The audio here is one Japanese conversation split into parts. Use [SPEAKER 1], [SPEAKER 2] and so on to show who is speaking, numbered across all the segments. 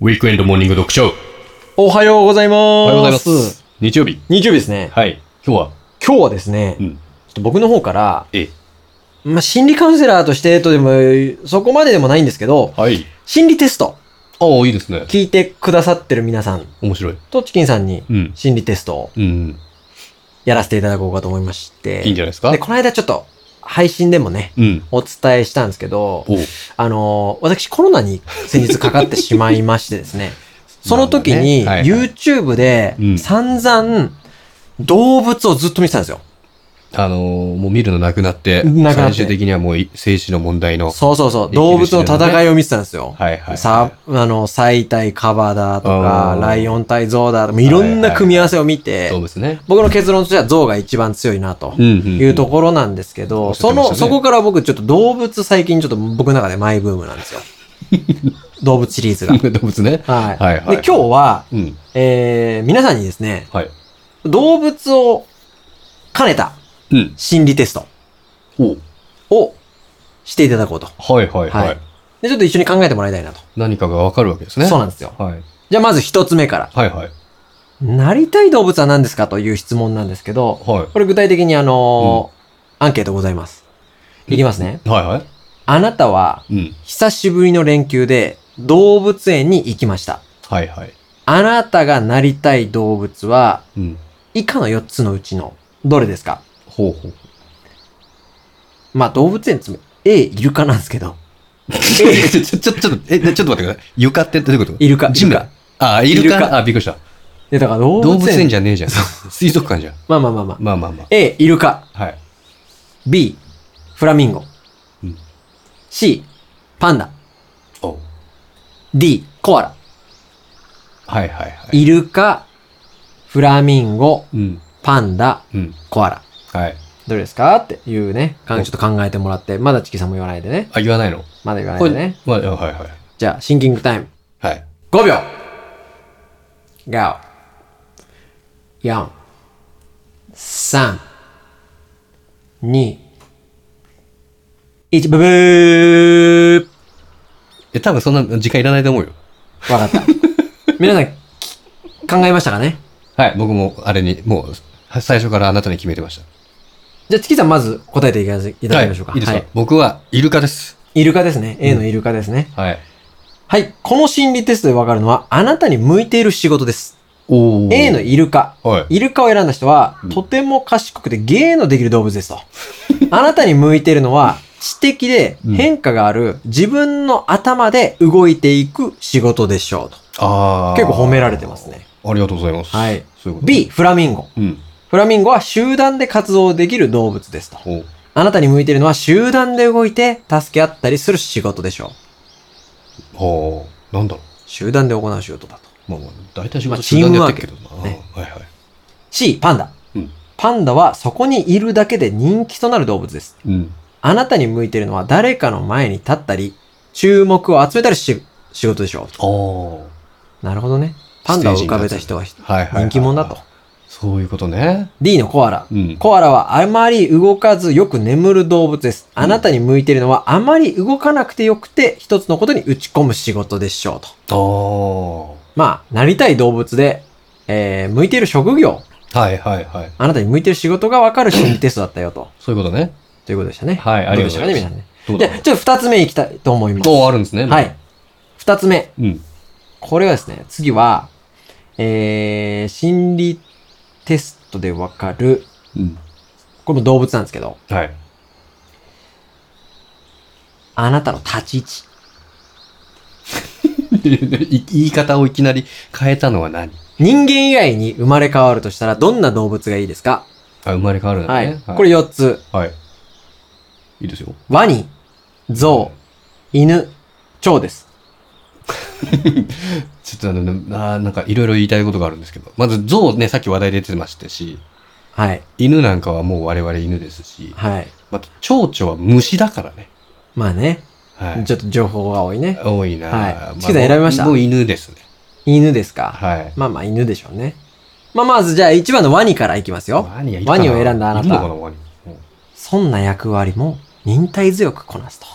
[SPEAKER 1] ウィークエンドモーニング読書
[SPEAKER 2] おはようございます。お
[SPEAKER 1] おはようございま。す。日曜日。
[SPEAKER 2] 日曜日ですね。
[SPEAKER 1] はい。今日は、
[SPEAKER 2] 今日はですね、
[SPEAKER 1] う
[SPEAKER 2] ちょ
[SPEAKER 1] ん
[SPEAKER 2] っと僕の方から、
[SPEAKER 1] ええ
[SPEAKER 2] まあ、心理カウンセラーとしてとでも、そこまででもないんですけど、
[SPEAKER 1] はい。
[SPEAKER 2] 心理テスト、
[SPEAKER 1] ああ、いいですね。
[SPEAKER 2] 聞いてくださってる皆さん
[SPEAKER 1] 面白い。
[SPEAKER 2] とチキンさんに、
[SPEAKER 1] うん。
[SPEAKER 2] 心理テストを
[SPEAKER 1] うん。
[SPEAKER 2] やらせていただこうかと思いまして。
[SPEAKER 1] いいんじゃないですか
[SPEAKER 2] で、この間ちょっと、配信でもね、
[SPEAKER 1] うん。
[SPEAKER 2] お伝えしたんですけど、
[SPEAKER 1] おう
[SPEAKER 2] あのー私コロナに先日かかってしまいましてで すね、その時に
[SPEAKER 1] まあねはいはい
[SPEAKER 2] YouTube で
[SPEAKER 1] うん
[SPEAKER 2] 散々動物をずっと見てたんですよ。
[SPEAKER 1] あのーもう見るのなくなって、
[SPEAKER 2] なくなって
[SPEAKER 1] 最終的にはもうい生死の問題の。
[SPEAKER 2] そうそうそ
[SPEAKER 1] エ
[SPEAKER 2] う、
[SPEAKER 1] キシビション
[SPEAKER 2] 動
[SPEAKER 1] ね
[SPEAKER 2] 物の戦いを見てたんですよ。
[SPEAKER 1] はいはい。
[SPEAKER 2] さあの、最対カバだと
[SPEAKER 1] あ
[SPEAKER 2] か、
[SPEAKER 1] ー
[SPEAKER 2] ライオン対ゾウだとか、いろんな組み合わせを見て、
[SPEAKER 1] そうですね。
[SPEAKER 2] 僕の結論としてはゾウが一番強いなと
[SPEAKER 1] うんうん、
[SPEAKER 2] いうところなんですけど、
[SPEAKER 1] おっしゃっ
[SPEAKER 2] そ
[SPEAKER 1] てました
[SPEAKER 2] の、
[SPEAKER 1] ね
[SPEAKER 2] そこから僕ちょっと動物最近ちょっと僕の中でマイブームなんです よ。動物シリーズが。
[SPEAKER 1] 動物ね。
[SPEAKER 2] はい。
[SPEAKER 1] はいはい
[SPEAKER 2] で、今日は、
[SPEAKER 1] うん。
[SPEAKER 2] えー、皆さんにですね、
[SPEAKER 1] はい。
[SPEAKER 2] 動物を兼ねた
[SPEAKER 1] うん。
[SPEAKER 2] 心理テスト
[SPEAKER 1] おう
[SPEAKER 2] をしていただこうと。
[SPEAKER 1] はいはいは
[SPEAKER 2] はいい。で、ちょっと一緒に考えてもらいたいなと。
[SPEAKER 1] 何かがわかるわけですね。
[SPEAKER 2] そうなんですよ。
[SPEAKER 1] はい。
[SPEAKER 2] じゃあまず一つ目から。
[SPEAKER 1] はいはい。
[SPEAKER 2] なりたい動物は何ですかという質問なんですけど、
[SPEAKER 1] は
[SPEAKER 2] これ具体的にあのーアンケートございます。いきますね。
[SPEAKER 1] い。はいは。
[SPEAKER 2] あなたはい
[SPEAKER 1] うん。
[SPEAKER 2] 久しぶりの連休で動物園に行きました。
[SPEAKER 1] はいはい。
[SPEAKER 2] あなたがなりたい動物は
[SPEAKER 1] うん。
[SPEAKER 2] 以下の4つのうちのどれですか
[SPEAKER 1] ほうほう。
[SPEAKER 2] まあ動物園つも A イルカなんですけど。
[SPEAKER 1] ちょ、ちょ、ちょ、ちょっと、え、ちょっと待ってください。床ってどういうこと
[SPEAKER 2] イルカ。
[SPEAKER 1] ジム
[SPEAKER 2] イルカ
[SPEAKER 1] あ、イル
[SPEAKER 2] イル
[SPEAKER 1] カ
[SPEAKER 2] カ
[SPEAKER 1] あ、びっくりした。
[SPEAKER 2] で、だから動物
[SPEAKER 1] 動
[SPEAKER 2] 園。
[SPEAKER 1] 物園じゃねえじゃん。水族館じゃん。
[SPEAKER 2] まあまあまあまあ。
[SPEAKER 1] まあまあま
[SPEAKER 2] A イルカ。
[SPEAKER 1] あ。はい。
[SPEAKER 2] B フラミンゴ。
[SPEAKER 1] うん
[SPEAKER 2] C パンダ。
[SPEAKER 1] おう
[SPEAKER 2] D コアラ。
[SPEAKER 1] はいはいはい。
[SPEAKER 2] イルカ、フラミンゴ、
[SPEAKER 1] うん。
[SPEAKER 2] パンダ、
[SPEAKER 1] うん。
[SPEAKER 2] コアラ。
[SPEAKER 1] はい。
[SPEAKER 2] どれですかっていうね、か
[SPEAKER 1] お
[SPEAKER 2] んちょっと考えてもらって、まだチキさんも言わないでね。
[SPEAKER 1] あ、言わないの
[SPEAKER 2] まだ言わない
[SPEAKER 1] こ
[SPEAKER 2] で
[SPEAKER 1] れ
[SPEAKER 2] ね。。
[SPEAKER 1] まあ、はいはい。
[SPEAKER 2] じゃあ、シンキングタイム。
[SPEAKER 1] はい。
[SPEAKER 2] 5秒 !5、4、3、2、1、ブブー
[SPEAKER 1] え、多分そんな時間いらないと思うよ。
[SPEAKER 2] わ かった。皆さん、き考えましたかね
[SPEAKER 1] はい。僕も、あれに、もう、は最初からあなたに決めてまし
[SPEAKER 2] じゃあ、チキさんまず答えていただき
[SPEAKER 1] た。は
[SPEAKER 2] ま
[SPEAKER 1] い。い
[SPEAKER 2] しょうか。
[SPEAKER 1] いです
[SPEAKER 2] は
[SPEAKER 1] か僕は、イルカです。
[SPEAKER 2] イルカですね。A のイルカですね。
[SPEAKER 1] はい。
[SPEAKER 2] はい。この心理テストでわかるのは、あなたに向いている仕事です。
[SPEAKER 1] お
[SPEAKER 2] A のイルカ。
[SPEAKER 1] はい。
[SPEAKER 2] イルカを選んだ人は、
[SPEAKER 1] うん
[SPEAKER 2] とても賢くて芸のできる動物で すと。あなたに向いているのは、知的で
[SPEAKER 1] うん
[SPEAKER 2] 変化がある、自分の頭で動いていく仕事でしょうと。
[SPEAKER 1] ああ。
[SPEAKER 2] 結構褒められてますね。
[SPEAKER 1] ありがとうございます。
[SPEAKER 2] はい。
[SPEAKER 1] そういうこと。
[SPEAKER 2] B、。フラミンゴ。
[SPEAKER 1] うん。
[SPEAKER 2] フラミンゴは集団で活動できる動物ですと。
[SPEAKER 1] おう
[SPEAKER 2] あなたに向いているのは、集団で動いて助け合ったりする仕事でしょう。
[SPEAKER 1] おうなんだろう。
[SPEAKER 2] 集団で行う仕事だと。
[SPEAKER 1] まあまあ、大体仕
[SPEAKER 2] まあ
[SPEAKER 1] 事集団でやってるけ
[SPEAKER 2] チ
[SPEAKER 1] どな。
[SPEAKER 2] ワークね
[SPEAKER 1] あーはいはい。
[SPEAKER 2] C、パンダ。
[SPEAKER 1] うん
[SPEAKER 2] パンダはそこにいるだけで人気となる動物です。
[SPEAKER 1] うん。
[SPEAKER 2] あなたに向いているのは誰かの前に立ったり、注目を集めたりし、仕事でしょ
[SPEAKER 1] ああ。
[SPEAKER 2] う。なるほどね。パンダを浮かべた人は人
[SPEAKER 1] はいはいはい。
[SPEAKER 2] 人気者だと。。
[SPEAKER 1] そういうことね。
[SPEAKER 2] D のコアラ。
[SPEAKER 1] うん。
[SPEAKER 2] コアラはあまり動かずよく眠る動物です。
[SPEAKER 1] うん
[SPEAKER 2] あなたに向いているのはあまり動かなくてよくて一つのことに打ち込む仕事でしょうと。
[SPEAKER 1] ああ。は
[SPEAKER 2] まあ、なりたい動物で、えー、向いている職業、
[SPEAKER 1] いはいはい。
[SPEAKER 2] あなたに向いている仕事がわかる心理テストだったよと。
[SPEAKER 1] そういうことね。
[SPEAKER 2] ということでしたね。
[SPEAKER 1] はいありがとうございます
[SPEAKER 2] どでしたかね、皆さんね。
[SPEAKER 1] どう
[SPEAKER 2] じ
[SPEAKER 1] だ
[SPEAKER 2] ゃあ、ちょっと二つ目いきたいと思います。
[SPEAKER 1] おーあるんですね。
[SPEAKER 2] はい。。二つ目。
[SPEAKER 1] うん。
[SPEAKER 2] これはですね、次は、えー、心理テストでわかる、
[SPEAKER 1] うん。
[SPEAKER 2] これも動物なんですけど、
[SPEAKER 1] はい。
[SPEAKER 2] あなたの立ち位置。
[SPEAKER 1] い言い方をいきなり変えたのは何
[SPEAKER 2] 人間以外に生まれ変わるとしたら、どんな動物がいいですか
[SPEAKER 1] あ、生まれ変わるんだ
[SPEAKER 2] はい
[SPEAKER 1] ね。。
[SPEAKER 2] これ四つ。
[SPEAKER 1] はい。いいですよ。
[SPEAKER 2] ワニ、ゾウ、犬、蝶です。
[SPEAKER 1] ちょっとあの、なあーなんかいろいろ言いたいことがあるんですけど。まず、象ね、さっき話題出てましたし、
[SPEAKER 2] はい。
[SPEAKER 1] 犬なんかはもう我々犬ですし、
[SPEAKER 2] はい。
[SPEAKER 1] また、蝶々は虫だからね。
[SPEAKER 2] まあね、
[SPEAKER 1] はい。
[SPEAKER 2] ちょっと情報が多いね。
[SPEAKER 1] 多いな
[SPEAKER 2] はい
[SPEAKER 1] まあ
[SPEAKER 2] チキさん選びました
[SPEAKER 1] もう犬ですね。
[SPEAKER 2] 犬ですか
[SPEAKER 1] はい。
[SPEAKER 2] まあまあ犬でしょうね。まあまずじゃあ一番のワニからいきますよ。
[SPEAKER 1] ワニはいるか
[SPEAKER 2] ワニを選んだあなた
[SPEAKER 1] いるのかなワニ。
[SPEAKER 2] そんな役割も忍耐強くこなすと。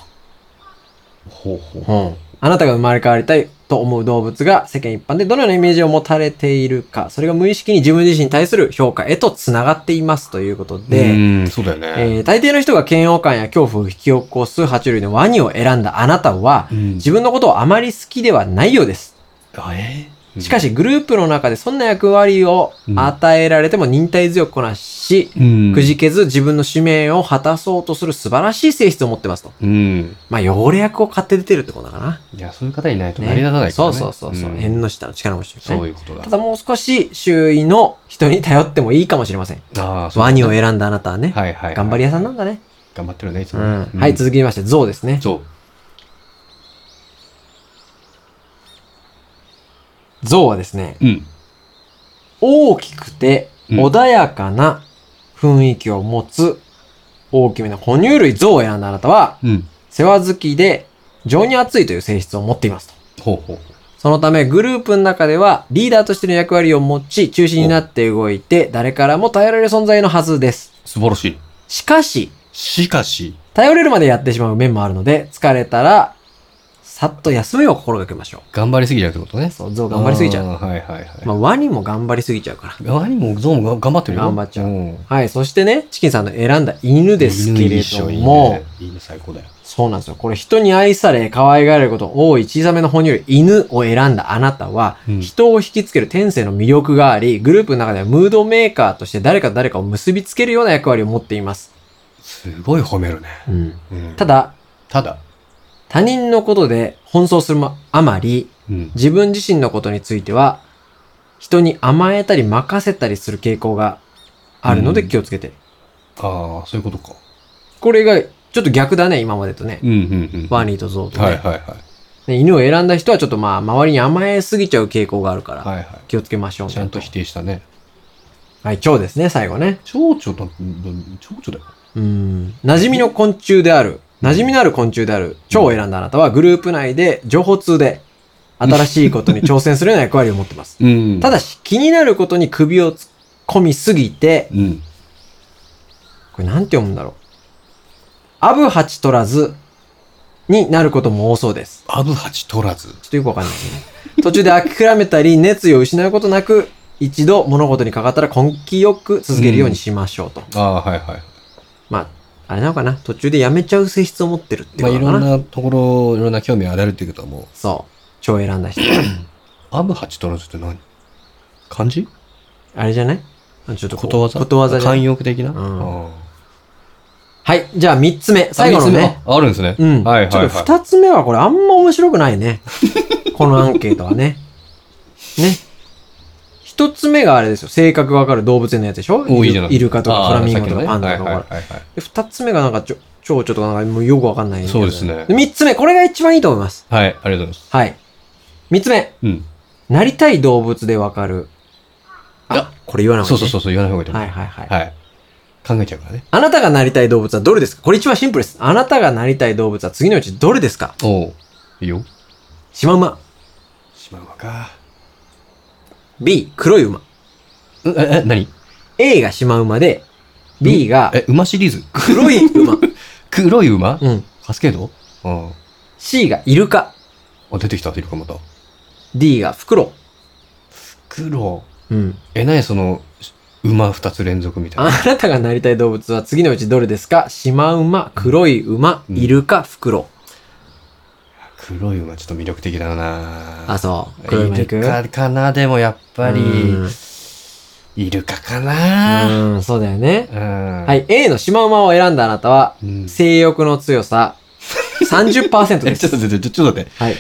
[SPEAKER 1] ほうほう。
[SPEAKER 2] あなたが生まれ変わりたいと思う動物が世間一般でどのようなイメージを持たれているか、それが無意識に自分自身に対する評価へと繋がっていますということ
[SPEAKER 1] う
[SPEAKER 2] で、
[SPEAKER 1] ん、そうだよね。
[SPEAKER 2] えー大抵の人が嫌悪感や恐怖を引き起こす爬虫類のワニを選んだあなたは、
[SPEAKER 1] うん
[SPEAKER 2] 自分のことをあまり好きではないようです。
[SPEAKER 1] あえー
[SPEAKER 2] しか、しグループの中でそんな役割を与えられても忍耐強くこなし、
[SPEAKER 1] うん。
[SPEAKER 2] くじけず自分の使命を果たそうとする素晴らしい性質を持ってますと。
[SPEAKER 1] うん。
[SPEAKER 2] まあ、汚れ役を買って出てるってことだか
[SPEAKER 1] いや、そういう方いないと
[SPEAKER 2] な。ね
[SPEAKER 1] 成り立たないからね。
[SPEAKER 2] そうそうそうそう、
[SPEAKER 1] ん
[SPEAKER 2] 縁の下の力持ちです
[SPEAKER 1] そう
[SPEAKER 2] ね。
[SPEAKER 1] いうことだ
[SPEAKER 2] た。だもう少し周囲の人に頼ってもいいかもしれません。
[SPEAKER 1] ああ、そう
[SPEAKER 2] ワニを選んだあなたはね、
[SPEAKER 1] はいはい。
[SPEAKER 2] 頑張り屋さんなんだね。
[SPEAKER 1] 頑張ってるね、いつ
[SPEAKER 2] う
[SPEAKER 1] も。
[SPEAKER 2] ん。はい、続きまして、ゾウですね。
[SPEAKER 1] そう。
[SPEAKER 2] ゾウはですね、
[SPEAKER 1] うん。
[SPEAKER 2] 大きくて
[SPEAKER 1] うん
[SPEAKER 2] 穏やかな雰囲気を持つ大きめの哺乳類ゾウを選んだあなたは、
[SPEAKER 1] うん。
[SPEAKER 2] 世話好きで情に熱いという性質を持っていますと。
[SPEAKER 1] ほうほうほ
[SPEAKER 2] そのためグループの中ではリーダーとしての役割を持ち、中心になって動いて、誰からも頼られる存在のはずです。
[SPEAKER 1] う。素晴らしい。
[SPEAKER 2] しかし、
[SPEAKER 1] しかし、
[SPEAKER 2] 頼れるまでやってしまう面もあるので、疲れたら、さっと休みを心がけましょ
[SPEAKER 1] 頑張りすぎちゃうってことね
[SPEAKER 2] う。。そう、ゾウ頑張りすぎちゃう。
[SPEAKER 1] あーはいはいはい。
[SPEAKER 2] まあ、ワニも頑張りすぎちゃうから。
[SPEAKER 1] ワニもゾウもが頑張ってるよ。
[SPEAKER 2] 頑張っちゃうんはい、そしてね、チキンさんの選んだ犬ですけ
[SPEAKER 1] 犬
[SPEAKER 2] れ
[SPEAKER 1] 一緒
[SPEAKER 2] ど
[SPEAKER 1] いい
[SPEAKER 2] も、
[SPEAKER 1] ねいいね、最高だよ。
[SPEAKER 2] そうなんですよ。これ人に愛され、可愛がられること多い小さめの哺乳類、犬を選んだあなたは、
[SPEAKER 1] うん
[SPEAKER 2] 人を引きつける天性の魅力があり、グループの中ではムードメーカーとして誰かと誰かを結びつけるような役割を持っています。
[SPEAKER 1] すごい褒めるね。
[SPEAKER 2] うん
[SPEAKER 1] うん
[SPEAKER 2] ただ、
[SPEAKER 1] ただ、
[SPEAKER 2] 他人のことで奔走するもあまり、
[SPEAKER 1] うん
[SPEAKER 2] 自分自身のことについては、人に甘えたり任せたりする傾向があるので
[SPEAKER 1] うん
[SPEAKER 2] 気をつけて。
[SPEAKER 1] ああ、そういうことか。
[SPEAKER 2] これが、ちょっと逆だね、今までとね。
[SPEAKER 1] うんうんうん。
[SPEAKER 2] ワニとゾウとね、
[SPEAKER 1] はいはいはい。
[SPEAKER 2] で犬を選んだ人はちょっとまあ、周りに甘えすぎちゃう傾向があるから。
[SPEAKER 1] はいは
[SPEAKER 2] 気をつけましょう
[SPEAKER 1] い。
[SPEAKER 2] ね。
[SPEAKER 1] ちゃんと否定したね。
[SPEAKER 2] はい、蝶ですね、最後ね。
[SPEAKER 1] 蝶々だ、うん蝶々だよ。
[SPEAKER 2] うん。馴染みの昆虫である、馴染みのある昆虫である蝶を選んだあなたは、グループ内で情報通で、新しいことに挑戦するような役割を持ってます。
[SPEAKER 1] うん
[SPEAKER 2] ただし、気になることに首を突っ込みすぎて、
[SPEAKER 1] うん。
[SPEAKER 2] これなんて読むんだろう。アブハチ取らず、になることも多そうです。
[SPEAKER 1] アブハチ取らず。
[SPEAKER 2] ちょっとよくわかんないですね。途中で諦めたり、熱意を失うことなく、一度物事にかかったら根気よく続けるようにしましょうと。
[SPEAKER 1] ああ、はいはい。
[SPEAKER 2] まあ、あれなのかな途中でやめちゃう性質を持ってるって
[SPEAKER 1] まあ、
[SPEAKER 2] い
[SPEAKER 1] いう
[SPEAKER 2] のかな、
[SPEAKER 1] ろんなところ、いろんな興味があるっていうことはもう、
[SPEAKER 2] そう。蝶を選んだ人。
[SPEAKER 1] アブハチ取らずって何漢字
[SPEAKER 2] あれじゃないちょっとこう
[SPEAKER 1] ことわざ
[SPEAKER 2] ことわざじゃな
[SPEAKER 1] 慣
[SPEAKER 2] い
[SPEAKER 1] 用句的な、
[SPEAKER 2] ん
[SPEAKER 1] あー
[SPEAKER 2] はい。じゃあ3つ目。最後のね。。
[SPEAKER 1] ああるんですね。
[SPEAKER 2] うん。
[SPEAKER 1] はいはい、はい。
[SPEAKER 2] ちょっと2つ目はこれあんま面白くない ね。このアンケートはね。ね。1つ目があれですよ。性格がわかる動物園のやつでしょ
[SPEAKER 1] 多いじゃない
[SPEAKER 2] イルカとかフラミンゴとかパンダと
[SPEAKER 1] はい
[SPEAKER 2] か。
[SPEAKER 1] はいはい
[SPEAKER 2] で、2つ目がなんかちょ、蝶々とかなんかもうよくわかんないやつだ
[SPEAKER 1] そうですね
[SPEAKER 2] で3つ目、これが一番いいと思います。
[SPEAKER 1] はい。はい、ありがとうございます。
[SPEAKER 2] はい。3つ目。
[SPEAKER 1] うん。
[SPEAKER 2] なりたい動物でわかる。あ、これ言わなか
[SPEAKER 1] そ
[SPEAKER 2] っ
[SPEAKER 1] う
[SPEAKER 2] た、
[SPEAKER 1] そうそう、そう言わない方がいいと思
[SPEAKER 2] は
[SPEAKER 1] う
[SPEAKER 2] いはいはい。
[SPEAKER 1] はい。考えちゃうからね。
[SPEAKER 2] あなたがなりたい動物はどれですかこれ一番シンプルです。あなたがなりたい動物は次のうちどれですか
[SPEAKER 1] おう。いいよ。
[SPEAKER 2] シマウマ。
[SPEAKER 1] シマウマか。
[SPEAKER 2] B、黒い馬。
[SPEAKER 1] え、え、何
[SPEAKER 2] A がシマウマで、B が
[SPEAKER 1] え、馬シリーズく
[SPEAKER 2] 黒い馬。
[SPEAKER 1] 黒い馬
[SPEAKER 2] うん。
[SPEAKER 1] カスケードうん。
[SPEAKER 2] C がイルカ。
[SPEAKER 1] あ、出てきた、いるかまた。
[SPEAKER 2] D がフクロ
[SPEAKER 1] 黒。
[SPEAKER 2] ウ。うん。
[SPEAKER 1] え、何その、馬二つ連続みたい
[SPEAKER 2] あ
[SPEAKER 1] な。
[SPEAKER 2] なたがなりたい動物は次のうちどれですかシマウマ、黒い馬、
[SPEAKER 1] うん
[SPEAKER 2] イルカ、フクロ
[SPEAKER 1] 黒い馬ちょっと魅力的だ
[SPEAKER 2] ウ。
[SPEAKER 1] な
[SPEAKER 2] あ、そう。黒い馬
[SPEAKER 1] イ
[SPEAKER 2] 行く
[SPEAKER 1] ルカかなでもやっぱり、
[SPEAKER 2] うん
[SPEAKER 1] イルカかな
[SPEAKER 2] うん、そうだよね。
[SPEAKER 1] うん。
[SPEAKER 2] はい。A のシマウマを選んだあなたは、
[SPEAKER 1] うん。
[SPEAKER 2] 性欲の強さ30%
[SPEAKER 1] え、
[SPEAKER 2] で
[SPEAKER 1] ちょ
[SPEAKER 2] す。
[SPEAKER 1] っと待って、ちょっと待って。
[SPEAKER 2] はい。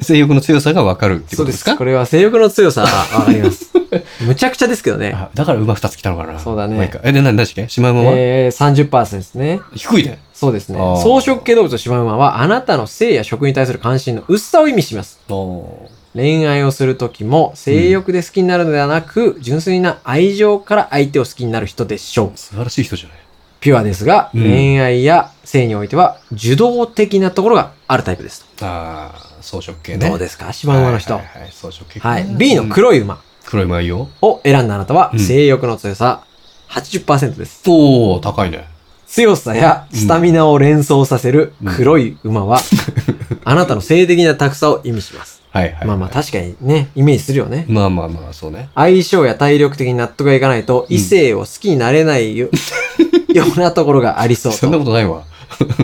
[SPEAKER 1] 性欲の強さがわかるってことですか
[SPEAKER 2] これは性欲の強さはわか ります。むちゃくちゃですけどね。
[SPEAKER 1] あだから馬二つ来たのかな
[SPEAKER 2] そうだね
[SPEAKER 1] まあいいかえ、で、何、何しけシマウマは、
[SPEAKER 2] えー、30%ですね。
[SPEAKER 1] 低いね。
[SPEAKER 2] そうですね
[SPEAKER 1] あー。
[SPEAKER 2] 草食系動物とシマウマは、あなたの性や食に対する関心の薄さを意味します。
[SPEAKER 1] お
[SPEAKER 2] 恋愛をするときも、性欲で好きになるのではなく、純粋な愛情から相手を好きになる人でしょう。
[SPEAKER 1] 素晴らしい人じゃない。
[SPEAKER 2] ピュアですが、
[SPEAKER 1] うん
[SPEAKER 2] 恋愛や性においては、受動的なところがあるタイプです。
[SPEAKER 1] ああ、草食系ね。
[SPEAKER 2] ど
[SPEAKER 1] す
[SPEAKER 2] うですかシマウマの人。
[SPEAKER 1] はいはいはい、草食系かな。
[SPEAKER 2] はい。B の
[SPEAKER 1] 黒
[SPEAKER 2] 黒い馬。
[SPEAKER 1] 黒い馬いいよ。
[SPEAKER 2] を選んだあなたは
[SPEAKER 1] う、ん
[SPEAKER 2] 性欲の強さ80%です。
[SPEAKER 1] おー、高いね。
[SPEAKER 2] 強さやス タミナを連想させる黒い馬は、あなたの性的なタフさを意味します。
[SPEAKER 1] はいはい。
[SPEAKER 2] まあまあ確かにね、イメージするよね。
[SPEAKER 1] まあまあまあ、そうね。
[SPEAKER 2] 相性や体力的に納得がいかないと、異性を好きになれない よ, 、うなところがありそう
[SPEAKER 1] そんな
[SPEAKER 2] と。
[SPEAKER 1] ことないわ。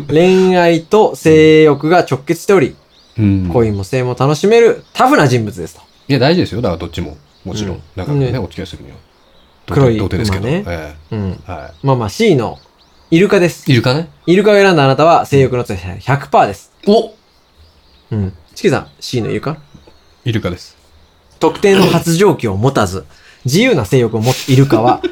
[SPEAKER 2] 恋愛と性欲が直結しており、
[SPEAKER 1] うん。
[SPEAKER 2] 恋も性も楽しめるタフな人物ですと。
[SPEAKER 1] いや、大事ですよ。だからどっちも。もちろ
[SPEAKER 2] うん
[SPEAKER 1] ん。だからね、
[SPEAKER 2] ね
[SPEAKER 1] お付き合いするには。
[SPEAKER 2] 黒い
[SPEAKER 1] 童貞ですけど。
[SPEAKER 2] 馬ね
[SPEAKER 1] え
[SPEAKER 2] うん。
[SPEAKER 1] えは
[SPEAKER 2] まあまあ C のイルカです
[SPEAKER 1] い。。イルカね。
[SPEAKER 2] イルカを選んだあなたは性欲の強さ100%です。
[SPEAKER 1] お
[SPEAKER 2] うん。チキさん、C のイルカ
[SPEAKER 1] イルカです。
[SPEAKER 2] 特定の発情期を持たず、自由な性欲を持つイルカ は、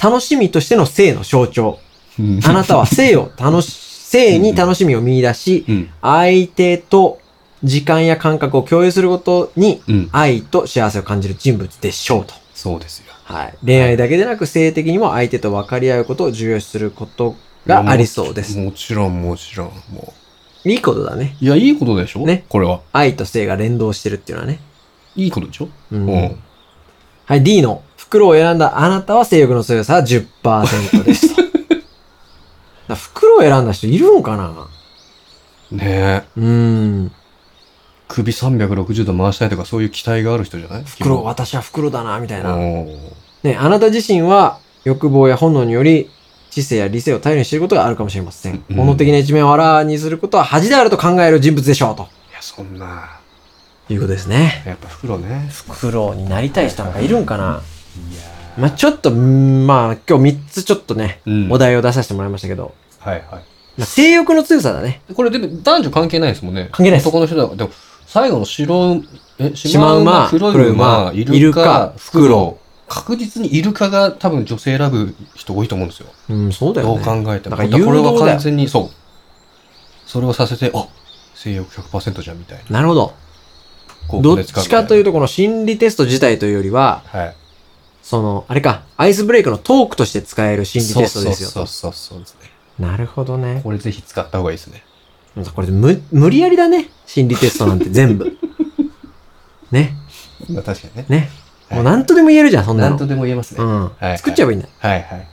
[SPEAKER 2] 楽しみとしての性の象徴。
[SPEAKER 1] うん
[SPEAKER 2] あなたは性を楽し、性に楽しみを見出し、
[SPEAKER 1] うん。
[SPEAKER 2] 相手と時間や感覚を共有することに、
[SPEAKER 1] うん。
[SPEAKER 2] 愛と幸せを感じる人物でしょうと。
[SPEAKER 1] そうですよ。
[SPEAKER 2] はい。恋愛だけでなく性的にも相手と分かり合うことを重要視することがありそうです。
[SPEAKER 1] もちろん、もちろん。も
[SPEAKER 2] いいことだね。
[SPEAKER 1] う。いや、いいことでしょ
[SPEAKER 2] ね。
[SPEAKER 1] これは。
[SPEAKER 2] 愛と性が連動してるっていうのはね。
[SPEAKER 1] いいことでしょ
[SPEAKER 2] う。
[SPEAKER 1] うんん。
[SPEAKER 2] はい、D の袋を選んだあなたは性欲の強さは10%です と。だから袋を選んだ人いるのかな
[SPEAKER 1] ねえ。
[SPEAKER 2] うーん。
[SPEAKER 1] 首360度回したいとか、そういう期待がある人じゃない
[SPEAKER 2] 袋、私は袋だな、みたいな。
[SPEAKER 1] うん
[SPEAKER 2] ね、あなた自身は欲望や本能により知性や理性を頼りにしていることがあるかもしれません。
[SPEAKER 1] うん
[SPEAKER 2] 物的な一面をあらわにすることは恥であると考える人物でしょう、と
[SPEAKER 1] いや、そんな。
[SPEAKER 2] いうことですね。
[SPEAKER 1] やっぱ袋ね。
[SPEAKER 2] 袋になりたい人なんかいるんかな。
[SPEAKER 1] いや
[SPEAKER 2] まあ、ちょっと、うんまあ、今日3つちょっとね、
[SPEAKER 1] うん。
[SPEAKER 2] お題を出させてもらいましたけど、
[SPEAKER 1] はいは
[SPEAKER 2] まあ、性欲の強さだね。
[SPEAKER 1] い。これでも男女関係ないですもんね。
[SPEAKER 2] 関係ないです
[SPEAKER 1] 男の人だから。でも、最後の白、え、
[SPEAKER 2] シマウマ
[SPEAKER 1] 黒
[SPEAKER 2] 黒い
[SPEAKER 1] い馬
[SPEAKER 2] 馬、
[SPEAKER 1] イ
[SPEAKER 2] イル
[SPEAKER 1] ル
[SPEAKER 2] カ
[SPEAKER 1] カ、
[SPEAKER 2] フク
[SPEAKER 1] フク
[SPEAKER 2] ロ
[SPEAKER 1] ロウ。確実にイルカが多分女性選ぶ人多いと思うんですよ。
[SPEAKER 2] うん、そうだよ
[SPEAKER 1] どう
[SPEAKER 2] ね。
[SPEAKER 1] 考えても。
[SPEAKER 2] なんか誘導
[SPEAKER 1] これは
[SPEAKER 2] だよ
[SPEAKER 1] 完全に、そう。それをさせて、あ性欲100%じゃんみたいな。
[SPEAKER 2] なるほど。
[SPEAKER 1] こう
[SPEAKER 2] どっちかという
[SPEAKER 1] と。
[SPEAKER 2] と、この心理テスト自体というよりは、
[SPEAKER 1] はい。
[SPEAKER 2] その、あれか、アイスブレイクのトークとして使える心理テストですよ
[SPEAKER 1] そう
[SPEAKER 2] と。
[SPEAKER 1] そうそうそうですね。
[SPEAKER 2] なるほどね。
[SPEAKER 1] これぜひ使った方がいいですね。
[SPEAKER 2] これ無、無理やりだね。心理テスト なんて全部。ね。
[SPEAKER 1] まあ確かにね。
[SPEAKER 2] ね。
[SPEAKER 1] はい
[SPEAKER 2] もう何とでも言えるじゃん、そんな
[SPEAKER 1] 何
[SPEAKER 2] の。
[SPEAKER 1] とでも言えますね。
[SPEAKER 2] う
[SPEAKER 1] は
[SPEAKER 2] ん。
[SPEAKER 1] い
[SPEAKER 2] 作っちゃえばいいんだ。
[SPEAKER 1] はいはい。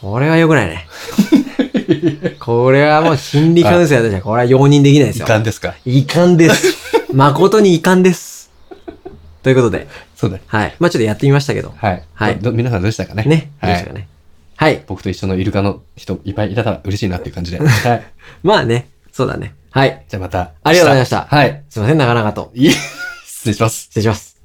[SPEAKER 2] これは良くないね。これはもう心理カウンセラーだじゃん。これは容認できないです
[SPEAKER 1] 遺
[SPEAKER 2] よ。
[SPEAKER 1] 憾ですか
[SPEAKER 2] 遺憾です。誠に遺憾です。ということで、
[SPEAKER 1] そうだね。
[SPEAKER 2] はい。まあちょっとやってみましたけど。
[SPEAKER 1] はい。
[SPEAKER 2] はい
[SPEAKER 1] どど皆さんどうでしたかね
[SPEAKER 2] ね。
[SPEAKER 1] はい
[SPEAKER 2] どうでしたかね。はい。
[SPEAKER 1] 僕と一緒のイルカの人いっぱいいたら嬉しいなっていう感じで。はい。
[SPEAKER 2] まあね。そうだね。はい。
[SPEAKER 1] じゃあまた。
[SPEAKER 2] ありがとうございました
[SPEAKER 1] はい。
[SPEAKER 2] すいません、なかなかと。
[SPEAKER 1] いえ失礼します。
[SPEAKER 2] 失礼します。